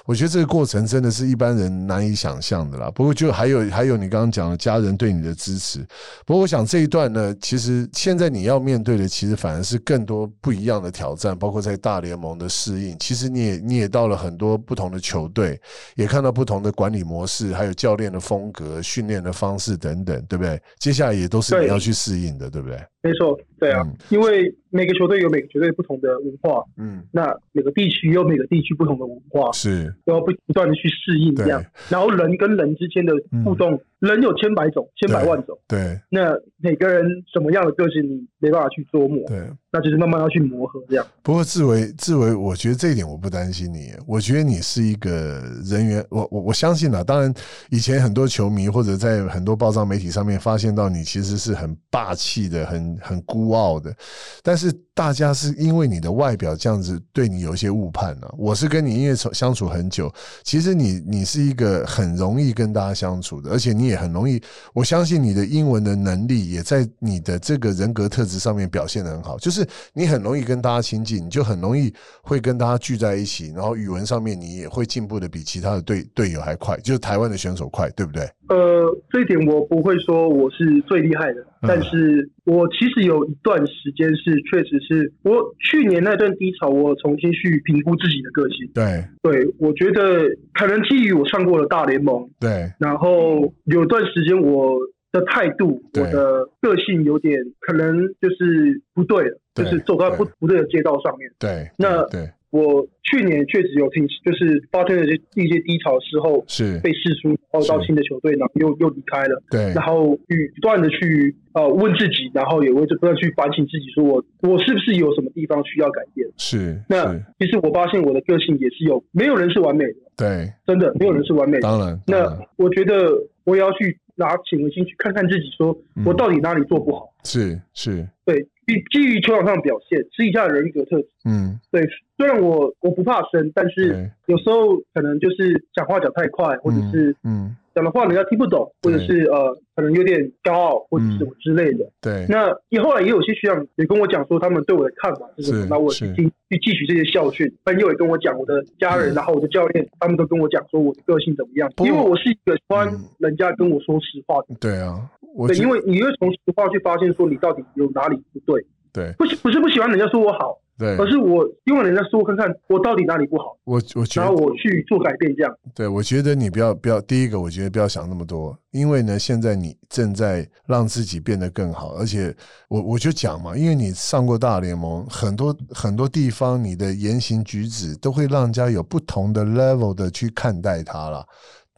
[SPEAKER 2] 我觉得这个过程真的是一般人难以想象的啦。不过就还有还有你刚刚讲的家人对你的支持。不过我想这一段呢，其实现在你要面对的，其实反而是更多不一样的挑战，包括在大联盟的适应。其实你也你也到了很多不同的球队，也看到不同的管理模式，还有教练的风格、训练的方式等等，对不对？接下来也都是你
[SPEAKER 3] 对
[SPEAKER 2] 要去适应的，对不对？
[SPEAKER 3] 没错，对啊，
[SPEAKER 2] 嗯
[SPEAKER 3] 因为每个球队有每个球队不同的文化，
[SPEAKER 2] 嗯，
[SPEAKER 3] 那每个地区有每个地区不同的文化，
[SPEAKER 2] 是，
[SPEAKER 3] 都要不不断的去适应这样
[SPEAKER 2] 对。嗯
[SPEAKER 3] 然后人跟人之间的互动，人有千百种、千百万种，
[SPEAKER 2] 对
[SPEAKER 3] 那每个人什么样的个性你没办法去琢磨，
[SPEAKER 2] 对。
[SPEAKER 3] 那就是慢慢要去磨合这样。
[SPEAKER 2] 不过志伟，志伟，我觉得这一点我不担心你。我觉得你是一个人员，我我我相信啦。当然，以前很多球迷或者在很多报章媒体上面发现到你其实是很霸气的、很很孤傲的，但是大家是因为你的外表这样子对你有一些误判了、我是跟你因为从相处很久，其实你你是一个很容易跟大家相处的，而且你也很容易，我相信你的英文的能力也在你的这个人格特质上面表现得很好，就是你很容易跟大家亲近，你就很容易会跟大家聚在一起，然后语文上面你也会进步的比其他的队队友还快，就是台湾的选手快，对不对？
[SPEAKER 3] 呃，这一点我不会说我是最厉害的，
[SPEAKER 2] 嗯
[SPEAKER 3] 但是我其实有一段时间是确实是我去年那段低潮，我重新去评估自己的个性。
[SPEAKER 2] 对
[SPEAKER 3] 对我觉得可能基于我上过了大联盟，
[SPEAKER 2] 对
[SPEAKER 3] 然后有段时间我的态度、
[SPEAKER 2] 对
[SPEAKER 3] 我的个性有点可能就是不对了，
[SPEAKER 2] 对
[SPEAKER 3] 就是走到不
[SPEAKER 2] 对
[SPEAKER 3] 不对的街道上面。
[SPEAKER 2] 对，
[SPEAKER 3] 那
[SPEAKER 2] 对
[SPEAKER 3] 我去年确实有听，就是发生了一些一些低潮之后
[SPEAKER 2] 是，
[SPEAKER 3] 被释出，然后到
[SPEAKER 2] 是
[SPEAKER 3] 新的球队，然后又又离开了。
[SPEAKER 2] 对
[SPEAKER 3] 然后去不断的去呃问自己，然后也会不断地去反省自己，说我我是不是有什么地方需要改变？
[SPEAKER 2] 是
[SPEAKER 3] 那
[SPEAKER 2] 是，
[SPEAKER 3] 其实我发现我的个性也是有，没有人是完美的，
[SPEAKER 2] 对，
[SPEAKER 3] 真的没有人是完美的。
[SPEAKER 2] 当然当
[SPEAKER 3] 那
[SPEAKER 2] 然
[SPEAKER 3] 我觉得我也要去拿起我心去看看自己，说
[SPEAKER 2] 嗯
[SPEAKER 3] 我到底哪里做不好？
[SPEAKER 2] 是是，
[SPEAKER 3] 对，基基于球场上的表现，私底下的人格特质。
[SPEAKER 2] 嗯，
[SPEAKER 3] 对，虽然我我不怕生，但是
[SPEAKER 2] 对
[SPEAKER 3] 有时候可能就是讲话讲太快，或者
[SPEAKER 2] 嗯
[SPEAKER 3] 是
[SPEAKER 2] 嗯，
[SPEAKER 3] 讲的话人家听不懂，或者
[SPEAKER 2] 对嗯
[SPEAKER 3] 是呃可能有点高傲或者是什么之类的。
[SPEAKER 2] 对
[SPEAKER 3] 那也后来也有些学长也跟我讲说他们对我的看法是什么
[SPEAKER 2] 是，
[SPEAKER 3] 那我去
[SPEAKER 2] 是
[SPEAKER 3] 听去汲取这些教训。朋友也跟我讲我的家人，
[SPEAKER 2] 嗯
[SPEAKER 3] 然后我的教练，他们都跟我讲说我的个性怎么样，
[SPEAKER 2] 不
[SPEAKER 3] 因为我是一个喜欢
[SPEAKER 2] 嗯
[SPEAKER 3] 人家跟我说实话的。
[SPEAKER 2] 对啊，我
[SPEAKER 3] 对，
[SPEAKER 2] 觉
[SPEAKER 3] 因为你会从实话去发现说你到底有哪里不对，
[SPEAKER 2] 对
[SPEAKER 3] 不是不是不喜欢人家说我好，
[SPEAKER 2] 对，
[SPEAKER 3] 而是我因为人家说我看看我到底哪里不好，
[SPEAKER 2] 我我觉
[SPEAKER 3] 然
[SPEAKER 2] 得
[SPEAKER 3] 后我去做改变这样。
[SPEAKER 2] 对，我觉得你不要不要，第一个我觉得不要想那么多，因为呢，现在你正在让自己变得更好，而且我我就讲嘛，因为你上过大联盟，很多很多地方你的言行举止都会让人家有不同的 level 的去看待它啦。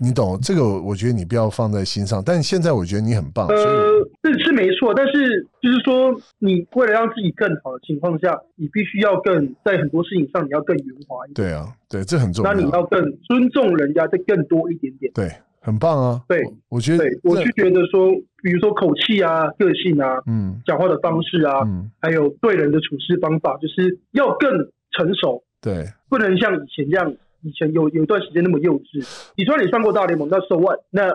[SPEAKER 2] 你懂这个，我我觉得你不要放在心上。但现在我觉得你很棒，所以我
[SPEAKER 3] 呃，是是没错，但是就是说，你为了让自己更好的情况下，你必须要更在很多事情上你要更圆滑一点。
[SPEAKER 2] 对啊，对，这很重
[SPEAKER 3] 那你
[SPEAKER 2] 要，
[SPEAKER 3] 要更尊重人家，再更多一点点。
[SPEAKER 2] 对，很棒啊。
[SPEAKER 3] 对
[SPEAKER 2] 我我觉得
[SPEAKER 3] 对，我
[SPEAKER 2] 这
[SPEAKER 3] 就觉得说，比如说口气啊、个性啊、
[SPEAKER 2] 嗯
[SPEAKER 3] 讲话的方式啊，
[SPEAKER 2] 嗯，
[SPEAKER 3] 还有对人的处事方法，就是要更成熟，
[SPEAKER 2] 对
[SPEAKER 3] 不能像以前这样。以前有有一段时间那么幼稚，你说你上过大联盟，那 so what？那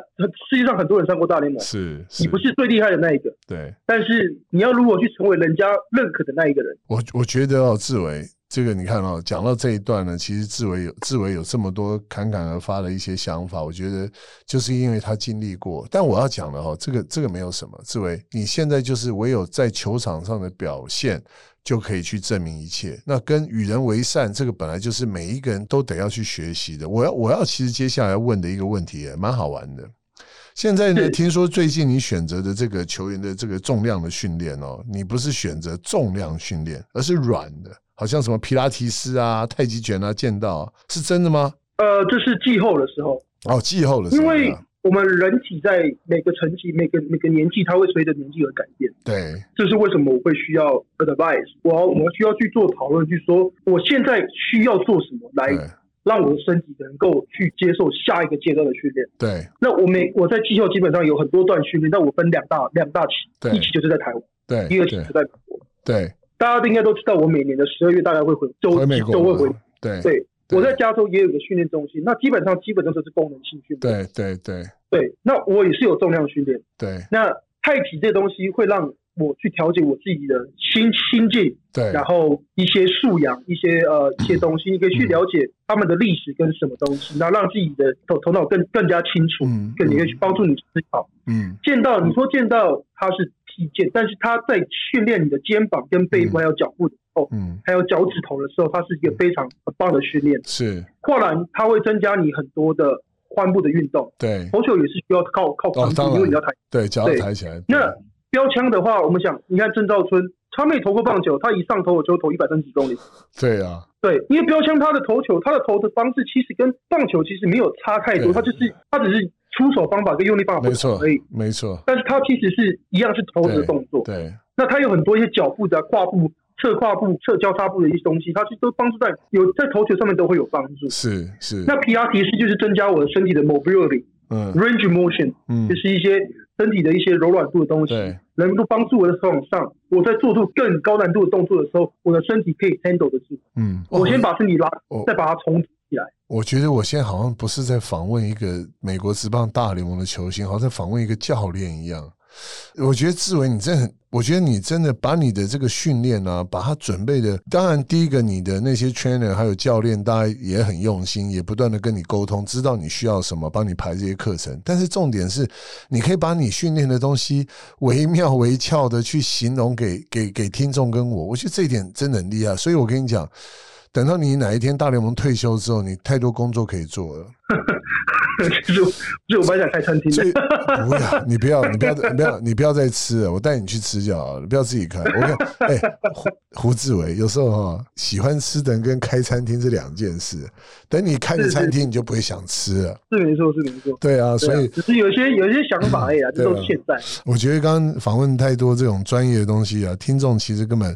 [SPEAKER 3] 世界上很多人上过大联盟，
[SPEAKER 2] 是
[SPEAKER 3] 你
[SPEAKER 2] 是
[SPEAKER 3] 不，是最厉害的那一个，
[SPEAKER 2] 对。
[SPEAKER 3] 但是你要如何去成为人家认可的那一个人？
[SPEAKER 2] 我我觉得哦，志伟，这个你看哦，讲到这一段呢，其实志伟有志伟有这么多侃侃而发的一些想法，我觉得就是因为他经历过。但我要讲的哦，这个这个没有什么，志伟，你现在就是唯有在球场上的表现。就可以去证明一切。那跟与人为善，这个本来就是每一个人都得要去学习的。我要，我要，其实接下来要问的一个问题也蛮好玩的。现在呢，
[SPEAKER 3] 是
[SPEAKER 2] 听说最近你选择的这个球员的这个重量的训练哦，你不是选择重量训练，而是软的，好像什么皮拉提斯啊、太极拳啊、剑道、啊，是真的吗？
[SPEAKER 3] 呃，这是季后的时候，
[SPEAKER 2] 哦，季后的时
[SPEAKER 3] 因
[SPEAKER 2] 候啊，
[SPEAKER 3] 为我们人体在每个层级、每个每个年纪，它会随着年纪而改变。
[SPEAKER 2] 对
[SPEAKER 3] 这是为什么我会需要 advice，我要我们需要去做讨论，去说我现在需要做什么来
[SPEAKER 2] 对
[SPEAKER 3] 让我的身体能够去接受下一个阶段的训练。
[SPEAKER 2] 对
[SPEAKER 3] 那我每我在绩效基本上有很多段训练，但我分两大两大期
[SPEAKER 2] 对，
[SPEAKER 3] 一期就是在台湾，
[SPEAKER 2] 对
[SPEAKER 3] 第二期
[SPEAKER 2] 对
[SPEAKER 3] 就在美国。
[SPEAKER 2] 对，
[SPEAKER 3] 大家都应该都知道，我每年的十二月大概会回周
[SPEAKER 2] 回美国
[SPEAKER 3] 都会回
[SPEAKER 2] 嘛。对
[SPEAKER 3] 对，
[SPEAKER 2] 对
[SPEAKER 3] 我在加州也有一个训练中心，那基本上基本上就是功能性训练。
[SPEAKER 2] 对对对
[SPEAKER 3] 对，那我也是有重量训练。
[SPEAKER 2] 对
[SPEAKER 3] 那太极这东西会让我去调节我自己的心心境，
[SPEAKER 2] 对
[SPEAKER 3] 然后一些素养、一些呃一些东西，你可以去了解他们的历史跟什么东西，然后让自己的头头脑更更加清楚，
[SPEAKER 2] 嗯
[SPEAKER 3] 更你可以去帮助你思考。
[SPEAKER 2] 嗯
[SPEAKER 3] 剑道，你说剑道它是踢毽，但是它在训练你的肩膀跟背部还有脚部的时候，
[SPEAKER 2] 嗯
[SPEAKER 3] 还有脚趾头的时候，它是一个非常很棒的训练。
[SPEAKER 2] 是，
[SPEAKER 3] 跨栏它会增加你很多的髋部的运动，
[SPEAKER 2] 对
[SPEAKER 3] 投球也是需要靠靠
[SPEAKER 2] 哦
[SPEAKER 3] 髋
[SPEAKER 2] 当然嗯
[SPEAKER 3] 部，因为你要抬
[SPEAKER 2] 对，脚要
[SPEAKER 3] 哦对
[SPEAKER 2] 抬起来。
[SPEAKER 3] 那标枪的话，我们想，你看郑兆春，他没投过棒球，他一上投我就投一百三十几公里。
[SPEAKER 2] 对啊，
[SPEAKER 3] 对，因为标枪他的投球，他的投的方式其实跟棒球其实没有差太
[SPEAKER 2] 对
[SPEAKER 3] 多，他就是他只是出手方法跟用力方法
[SPEAKER 2] 没
[SPEAKER 3] 不同
[SPEAKER 2] 错
[SPEAKER 3] 而已。
[SPEAKER 2] 没错，
[SPEAKER 3] 但是他其实是一样是投掷的动作，
[SPEAKER 2] 对
[SPEAKER 3] 那他有很多一些脚步的啊、跨步、侧跨步、侧交叉步的一些东西，他是都帮助在有在投球上面都会有帮助。
[SPEAKER 2] 是是，
[SPEAKER 3] 那 PR 提示就是增加我的身体的 mobility、
[SPEAKER 2] 嗯
[SPEAKER 3] range motion，
[SPEAKER 2] 嗯
[SPEAKER 3] 就是一些身体的一些柔软度的东西
[SPEAKER 2] 对，
[SPEAKER 3] 能够帮助我的手往上。我在做出更高难度的动作的时候，我的身体可以 handle 得住。
[SPEAKER 2] 嗯，
[SPEAKER 3] 我先
[SPEAKER 2] 把。
[SPEAKER 3] 把身体拉
[SPEAKER 2] 我，
[SPEAKER 3] 再把它重组起来。 [LAUGHS]
[SPEAKER 2] 我觉得我现在好像不是在访问一个美国职棒大联盟的球星，好像在访问一个教练一样。我觉得志伟，你真的很，我觉得你真的把你的这个训练啊，把它准备的，当然第一个你的那些 trainer 还有教练，大家也很用心，也不断的跟你沟通，知道你需要什么，帮你排这些课程。但是重点是，你可以把你训练的东西惟妙惟肖的去形容给给给听众跟我，我觉得这一点真的很厉害。所以我跟你讲。等到你哪一天大联盟退休之后，你太多工作可以做了。
[SPEAKER 3] 就是我就是我蛮想开餐厅
[SPEAKER 2] 所
[SPEAKER 3] 的。
[SPEAKER 2] 以不要，你不要，你不要，你不要，你不要再吃了，我带你去吃就好了，你不要自己开。我看，哎、胡胡志伟，有时候哈、喜欢吃的人跟开餐厅是两件事。等你开了
[SPEAKER 3] 是是
[SPEAKER 2] 餐厅，你就不会想吃了。
[SPEAKER 3] 是没错，是没错。
[SPEAKER 2] 对啊，
[SPEAKER 3] 对
[SPEAKER 2] 所以
[SPEAKER 3] 啊、只是有一些有一些想法而已啊，这都
[SPEAKER 2] 对
[SPEAKER 3] 是
[SPEAKER 2] 啊
[SPEAKER 3] 现在。
[SPEAKER 2] 我觉得刚刚访问太多这种专业的东西啊，听众其实根本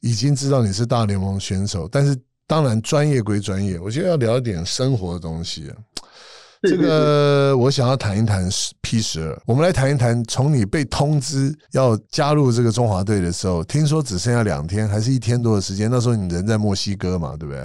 [SPEAKER 2] 已经知道你是大联盟选手，但是当然专业归专业，我觉得要聊一点生活的东西、啊。
[SPEAKER 3] 是
[SPEAKER 2] 这个我想要谈一谈 P 十二，我们来谈一谈，从你被通知要加入这个中华队的时候，听说只剩下两天还是一天多的时间，那时候你人在墨西哥嘛，对不对？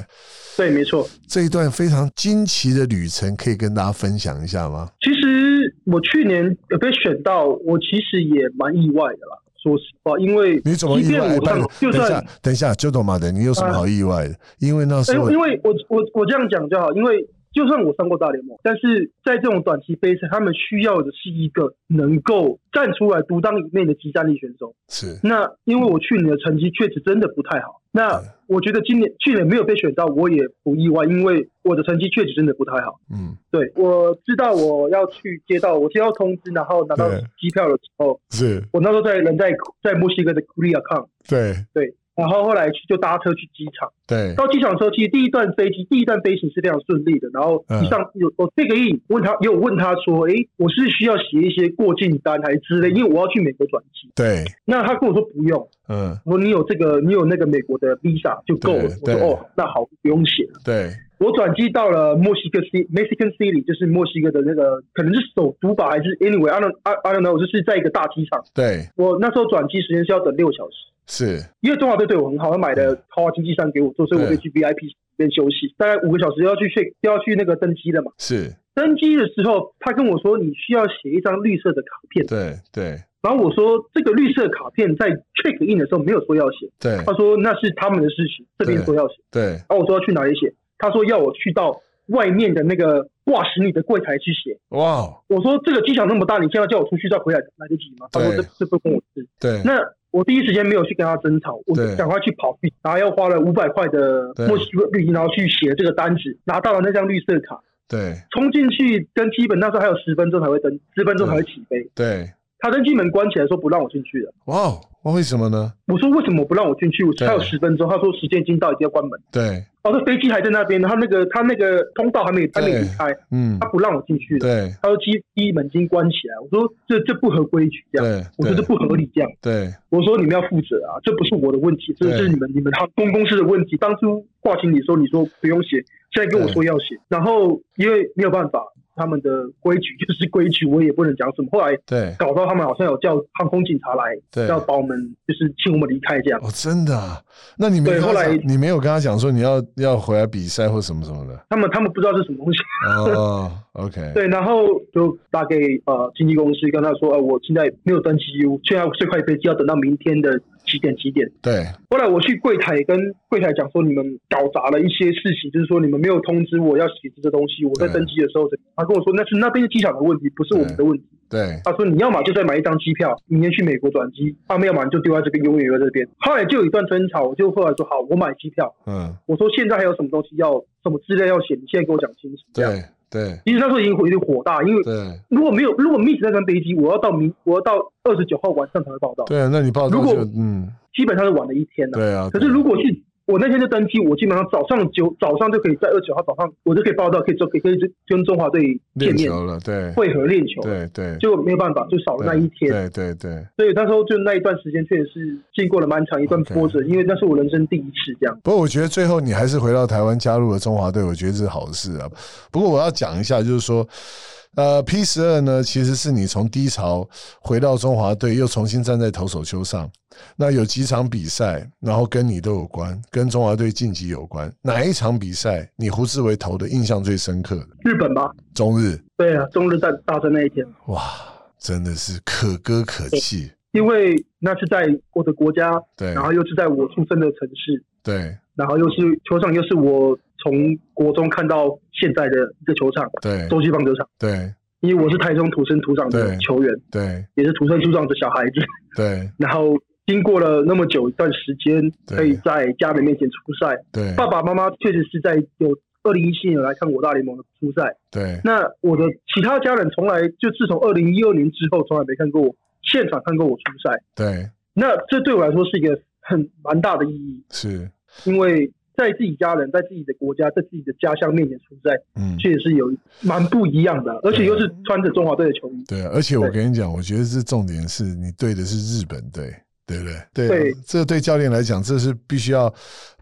[SPEAKER 3] 对，没错。
[SPEAKER 2] 这一段非常惊奇的旅程，可以跟大家分享一下吗？
[SPEAKER 3] 其实我去年有被选到，我其实也蛮意外的啦。说实话，因为
[SPEAKER 2] 你怎么
[SPEAKER 3] 即
[SPEAKER 2] 意
[SPEAKER 3] 便
[SPEAKER 2] 外？
[SPEAKER 3] 我
[SPEAKER 2] 拜
[SPEAKER 3] 上
[SPEAKER 2] 托等
[SPEAKER 3] 就
[SPEAKER 2] 一
[SPEAKER 3] 算
[SPEAKER 2] 下，等一下，就懂马的，你有什么好意外的？因为那时
[SPEAKER 3] 哎、
[SPEAKER 2] 候
[SPEAKER 3] 因为我我我这样讲就好，因为就算我上过大联盟，但是在这种短期杯赛，他们需要的是一个能够站出来独当一面的集战力选手。
[SPEAKER 2] 是
[SPEAKER 3] 那因为我去年的成绩确实真的不太好，那我觉得今年去年没有被选到，我也不意外，因为我的成绩确实真的不太好。
[SPEAKER 2] 嗯
[SPEAKER 3] 对，我知道我要去接到我接到通知，然后拿到
[SPEAKER 2] 对
[SPEAKER 3] 机票的时候，
[SPEAKER 2] 是
[SPEAKER 3] 我那时候在人在在墨西哥的 c u r i a c o n
[SPEAKER 2] 对
[SPEAKER 3] 对，然后后来去就搭车去机场。
[SPEAKER 2] 对
[SPEAKER 3] 到机场之后，其实第一段飞机第一段飞行是非常顺利的。然后
[SPEAKER 2] 嗯
[SPEAKER 3] 一上有我这个印问他，也有问他说，诶，我是需要写一些过境单还是之类，因为我要去美国转机。
[SPEAKER 2] 对，
[SPEAKER 3] 那他跟我说不用，
[SPEAKER 2] 嗯
[SPEAKER 3] 我说你有这个你有那个美国的 visa 就够了。我
[SPEAKER 2] 对
[SPEAKER 3] 说
[SPEAKER 2] 对
[SPEAKER 3] 哦，那好，不用写了。
[SPEAKER 2] 对
[SPEAKER 3] 我转机到了墨西哥 City Mexican City，就是墨西哥的那个可能是首都吧，还是 anyway I don't I I don't know，就是在一个大机场。
[SPEAKER 2] 对
[SPEAKER 3] 我那时候转机时间是要等六小时。
[SPEAKER 2] 是
[SPEAKER 3] 因为中华队对我很好，他买了豪华经济舱给我坐，所以我可以去 VIP 室里面休息，大概五个小时要去睡，要去那个登机了嘛。
[SPEAKER 2] 是，
[SPEAKER 3] 登机的时候，他跟我说你需要写一张绿色的卡片，
[SPEAKER 2] 对对
[SPEAKER 3] 然后我说这个绿色卡片在 check in 的时候没有说要写，
[SPEAKER 2] 对
[SPEAKER 3] 他说那是他们的事情，这边说要写。哦
[SPEAKER 2] 对
[SPEAKER 3] 然后我说要去哪里写，他说要我去到外面的那个挂行李的柜台去写。
[SPEAKER 2] 哇哦
[SPEAKER 3] 我说这个机场那么大，你现在叫我出去再回来来得及吗？他说
[SPEAKER 2] 对
[SPEAKER 3] 这这不跟我事。
[SPEAKER 2] 对
[SPEAKER 3] 那我第一时间没有去跟他争吵，我就
[SPEAKER 2] 对
[SPEAKER 3] 赶快去跑去，然后又花了五百块的
[SPEAKER 2] 对
[SPEAKER 3] 墨西哥币，然后去写这个单子，拿到了那张绿色卡，
[SPEAKER 2] 对
[SPEAKER 3] 冲进去跟基本那时候还有十分钟才会登，十分钟才会起飞。
[SPEAKER 2] 对
[SPEAKER 3] 他登机门关起来说不让我进去了。
[SPEAKER 2] 哇哦，为什么呢？
[SPEAKER 3] 我说为什么不让我进去？我还有十分钟，他说时间已经到，已经要关门。
[SPEAKER 2] 对，
[SPEAKER 3] 哦，这飞机还在那边，他那个他那个通道还没还没离开，
[SPEAKER 2] 嗯
[SPEAKER 3] 他，不让我进去了。
[SPEAKER 2] 对
[SPEAKER 3] 他说机机门已经关起来，我说这这不合规矩，这样，
[SPEAKER 2] 对
[SPEAKER 3] 我说这
[SPEAKER 2] 对
[SPEAKER 3] 不合理，这样。
[SPEAKER 2] 对
[SPEAKER 3] 我说你们要负责啊，这不是我的问题，这
[SPEAKER 2] 对
[SPEAKER 3] 是你们你们航空公司的问题。当初挂行李的时候你说不用写，现在跟我说要写，然后因为没有办法，他们的规矩 [LAUGHS] 就是规矩，我也不能讲什么。后来
[SPEAKER 2] 对
[SPEAKER 3] 搞到他们好像有叫航空警察来，
[SPEAKER 2] 对，
[SPEAKER 3] 要把我们就是请我们离开这样。
[SPEAKER 2] 哦，真的、啊？那你没
[SPEAKER 3] 对
[SPEAKER 2] 跟他
[SPEAKER 3] 后来
[SPEAKER 2] 讲你没有跟他讲说你要要回来比赛或什么什么的？
[SPEAKER 3] 他们他们不知道是什么东西，
[SPEAKER 2] 哦，OK，
[SPEAKER 3] 对，然后就打给呃经纪公司，跟他说，呃，我现在没有登机，我现在最快飞机要等到明天的几点几点。
[SPEAKER 2] 对
[SPEAKER 3] 后来我去柜台跟柜台讲说，你们搞砸了一些事情，就是说你们没有通知我要写这个东西。我在
[SPEAKER 2] 对
[SPEAKER 3] 登机的时候，他跟我说那是那边机场的问题，不是我们的问题。
[SPEAKER 2] 嗯对
[SPEAKER 3] 他说你要么就再买一张机票，明天去美国转机；他们要么你就丢在这边，永远留在这边。后来就有一段争吵，我就后来说好，我买机票。
[SPEAKER 2] 嗯，
[SPEAKER 3] 我说现在还有什么东西要什么资料要写，你现在给我讲清楚。这样，
[SPEAKER 2] 对对
[SPEAKER 3] 其实那时候已经有点火大，因为
[SPEAKER 2] 对
[SPEAKER 3] 如果没有如果 miss 那班飞机，我要到明我要到二十九号晚上才会报到，
[SPEAKER 2] 对啊，那你报道
[SPEAKER 3] 如
[SPEAKER 2] 就
[SPEAKER 3] 果
[SPEAKER 2] 嗯，
[SPEAKER 3] 基本上是晚了一天了、
[SPEAKER 2] 对啊。
[SPEAKER 3] 可是如果是我那天就登机，我基本上早上九早上就可以在二九号早上，我就可以报到，可以就可以可以跟中华队
[SPEAKER 2] 练
[SPEAKER 3] 见面
[SPEAKER 2] 球了，对
[SPEAKER 3] 会合练球，
[SPEAKER 2] 对对，
[SPEAKER 3] 就没有办法，就少了那一天。
[SPEAKER 2] 对对对。
[SPEAKER 3] 所以那时候就那一段时间确实是经过了蛮长一段波折因为那是我人生第一次这样。
[SPEAKER 2] 不过我觉得最后你还是回到台湾加入了中华队，我觉得是好事啊。不过我要讲一下，就是说，呃，P 十二呢，其实是你从低潮回到中华队，又重新站在投手丘上。那有几场比赛，然后跟你都有关，跟中华队晋级有关。哪一场比赛你胡志伟投的印象最深刻的？
[SPEAKER 3] 日本吧，
[SPEAKER 2] 中日，
[SPEAKER 3] 对啊，中日战大战那一天，
[SPEAKER 2] 哇，真的是可歌可泣。
[SPEAKER 3] 因为那是在我的国家，
[SPEAKER 2] 对
[SPEAKER 3] 然后又是在我出生的城市，
[SPEAKER 2] 对
[SPEAKER 3] 然后又是球场，又是我从国中看到现在的一个球场，
[SPEAKER 2] 对
[SPEAKER 3] 洲际棒球场。
[SPEAKER 2] 对
[SPEAKER 3] 因为我是台中土生土长
[SPEAKER 2] 对
[SPEAKER 3] 的球员，
[SPEAKER 2] 对
[SPEAKER 3] 也是土生土长的小孩子，
[SPEAKER 2] 对
[SPEAKER 3] 然后经过了那么久一段时间，
[SPEAKER 2] 对
[SPEAKER 3] 可以在家人面前出赛。
[SPEAKER 2] 对
[SPEAKER 3] 爸爸妈妈确实是在有二零一七年来看我大联盟的初赛。
[SPEAKER 2] 对
[SPEAKER 3] 那我的其他家人从来就自从二零一二年之后，从来没看过我现场看过我出赛。
[SPEAKER 2] 对，
[SPEAKER 3] 那这对我来说是一个很蛮大的意义，
[SPEAKER 2] 是，
[SPEAKER 3] 因为在自己家人、在自己的国家、在自己的家乡面前出赛，
[SPEAKER 2] 嗯。
[SPEAKER 3] 确实是有蛮不一样的，而且又是穿着中华队的球衣。
[SPEAKER 2] 对啊，而且我
[SPEAKER 3] 对
[SPEAKER 2] 跟你讲，我觉得这重点是你对的是日本队，对不对？对啊
[SPEAKER 3] 对
[SPEAKER 2] 这对教练来讲，这是必须要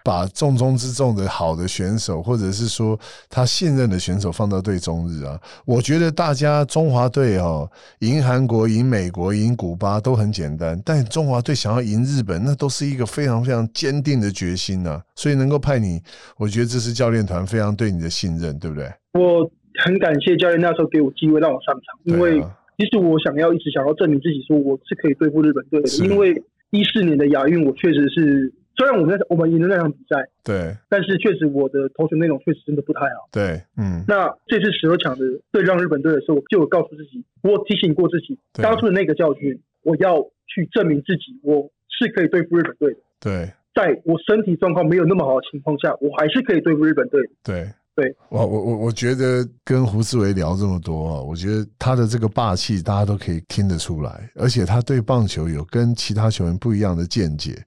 [SPEAKER 2] 把重中之重的好的选手，或者是说他信任的选手放到队中日啊。我觉得大家中华队哦，赢韩国、赢美国、赢古巴都很简单，但中华队想要赢日本，那都是一个非常非常坚定的决心呐、所以能够派你，我觉得这是教练团非常对你的信任，对不对？
[SPEAKER 3] 我很感谢教练那时候给我机会让我上场，因为
[SPEAKER 2] 对啊
[SPEAKER 3] 其实我想要一直想要证明自己，说我是可以对付日本队的。
[SPEAKER 2] 是
[SPEAKER 3] 因为一四年的亚运，我确实是虽然我们那我们赢了那场比赛，
[SPEAKER 2] 对
[SPEAKER 3] 但是确实我的投球内容确实真的不太好。
[SPEAKER 2] 对，嗯，
[SPEAKER 3] 那这次十二强的对上日本队的时候，我就有告诉自己，我提醒过自己，
[SPEAKER 2] 对
[SPEAKER 3] 当初的那个教训，我要去证明自己，我是可以对付日本队的。
[SPEAKER 2] 对。
[SPEAKER 3] 在我身体状况没有那么好的情况下，我还是可以对付日本队的。
[SPEAKER 2] 对
[SPEAKER 3] 对，
[SPEAKER 2] 我我我我觉得跟胡志伟聊这么多啊，我觉得他的这个霸气大家都可以听得出来，而且他对棒球有跟其他球员不一样的见解。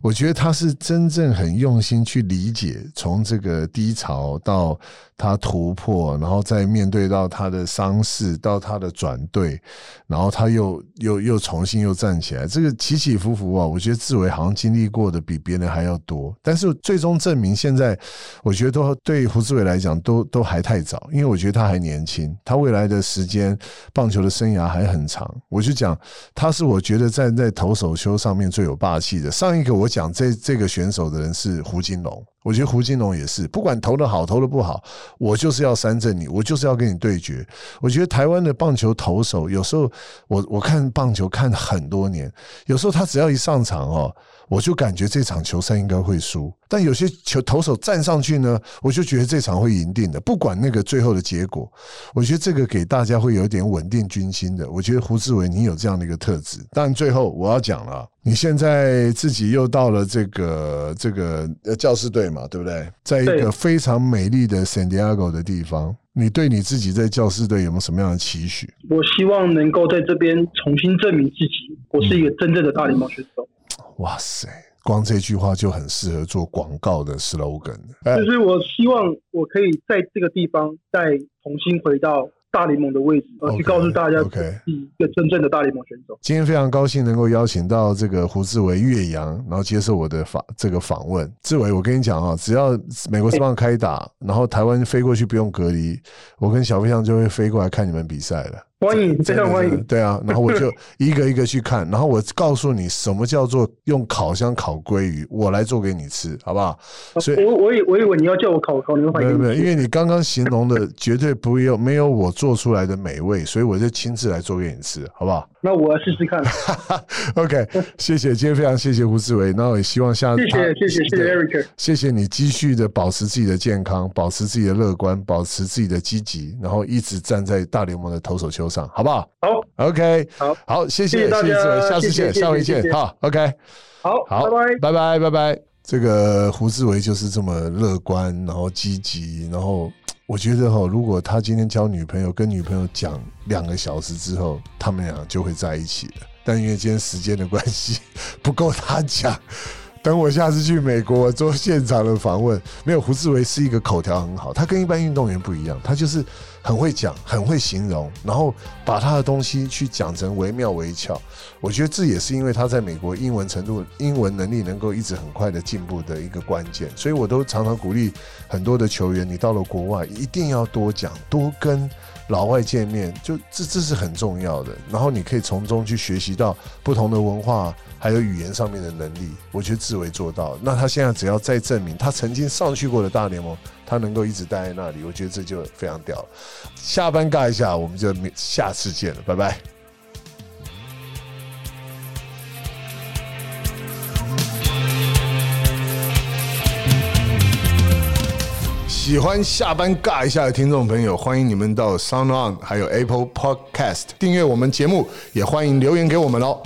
[SPEAKER 2] 我觉得他是真正很用心去理解，从这个低潮到他突破，然后再面对到他的伤势，到他的转队，然后他又又又重新又站起来，这个起起伏伏啊，我觉得志伟好像经历过的比别人还要多，但是最终证明现在，我觉得都对胡志伟来讲都都还太早，因为我觉得他还年轻，他未来的时间棒球的生涯还很长。我就讲他是我觉得站在投手丘上面最有霸气的。上一个我讲这这个选手的人是胡金龙，我觉得胡金龙也是，不管投的好投的不好，我就是要三振你，我就是要跟你对决。我觉得台湾的棒球投手有时候我我看棒球看很多年，有时候他只要一上场哦，我就感觉这场球赛应该会输。但有些球投手站上去呢，我就觉得这场会赢定的，不管那个最后的结果。我觉得这个给大家会有一点稳定军心的。我觉得胡志伟你有这样的一个特质。但最后我要讲了，你现在自己又到了这个这个呃教师队嘛。嘛，对不对？在一个非常美丽的 San Diego 的地方，你对你自己在教师队有没有什么样的期许？
[SPEAKER 3] 我希望能够在这边重新证明自己，我是一个真正的大联盟选手。
[SPEAKER 2] 哇塞，光这句话就很适合做广告的 slogan 了。哎
[SPEAKER 3] 就是我希望我可以在这个地方再重新回到大联盟的位置，而
[SPEAKER 2] OK，
[SPEAKER 3] 去告诉大家
[SPEAKER 2] OK
[SPEAKER 3] 自己是一个真正的大联盟选手。
[SPEAKER 2] 今天非常高兴能够邀请到这个胡志伟岳阳，然后接受我的访这个访问。志伟，我跟你讲啊，只要美国之棒开打，然后台湾飞过去不用隔离，我跟小飞象就会飞过来看你们比赛了。
[SPEAKER 3] 欢迎，非
[SPEAKER 2] 真的
[SPEAKER 3] 常欢
[SPEAKER 2] 真的
[SPEAKER 3] 迎。
[SPEAKER 2] 对啊，然后我就一个一个去看，然后我告诉你什么叫做用烤箱烤鲑鱼，我来做给你吃，好不好？所以
[SPEAKER 3] 我我以我以为你要叫我考考牛排
[SPEAKER 2] 没有
[SPEAKER 3] 给
[SPEAKER 2] 没有，
[SPEAKER 3] 你
[SPEAKER 2] 因
[SPEAKER 3] 吃，
[SPEAKER 2] 为你刚刚形容的绝对不有没有我做出来的美味，所以我就亲自来做给你吃，好不好？ [LAUGHS]
[SPEAKER 3] 那我来试试看。
[SPEAKER 2] OK，谢谢，今天非常谢谢胡志伟，那我也希望
[SPEAKER 3] [LAUGHS]
[SPEAKER 2] 下
[SPEAKER 3] 谢
[SPEAKER 2] 他
[SPEAKER 3] 谢谢谢谢谢 Eric，
[SPEAKER 2] 谢谢你继续的保持自己的健康，保持自己的乐观，保持自己的积极，然后一直站在大联盟的投手球上，好不好
[SPEAKER 3] 好
[SPEAKER 2] ？OK，
[SPEAKER 3] 好
[SPEAKER 2] 好，谢
[SPEAKER 3] 谢
[SPEAKER 2] 谢
[SPEAKER 3] 谢大
[SPEAKER 2] 谢
[SPEAKER 3] 家
[SPEAKER 2] 志伟，下次
[SPEAKER 3] 谢谢
[SPEAKER 2] 见，
[SPEAKER 3] 谢谢
[SPEAKER 2] 下回见
[SPEAKER 3] 谢，谢
[SPEAKER 2] 好，OK，
[SPEAKER 3] 好，
[SPEAKER 2] 好，
[SPEAKER 3] 拜拜。
[SPEAKER 2] 拜拜，拜拜。这个胡志伟就是这么乐观，然后积极，然后我觉得哈、如果他今天交女朋友，跟女朋友讲两个小时之后，他们俩就会在一起了。但因为今天时间的关系， [LAUGHS] 不够他讲。等我下次去美国做现场的访问，没有胡志伟是一个口条很好，他跟一般运动员不一样，他就是很会讲，很会形容，然后把他的东西去讲成惟妙惟肖。我觉得这也是因为他在美国英文程度、英文能力能够一直很快的进步的一个关键，所以我都常常鼓励很多的球员，你到了国外一定要多讲，多跟老外见面，就这这是很重要的。然后你可以从中去学习到不同的文化，还有语言上面的能力。我觉得志伟做到，那他现在只要再证明他曾经上去过的大联盟，他能够一直待在那里，我觉得这就非常屌了。下班尬一下，我们就明下次见了，拜拜。喜欢下班尬一下的听众朋友，欢迎你们到 Sound On 还有 Apple Podcast 订阅我们节目，也欢迎留言给我们哦。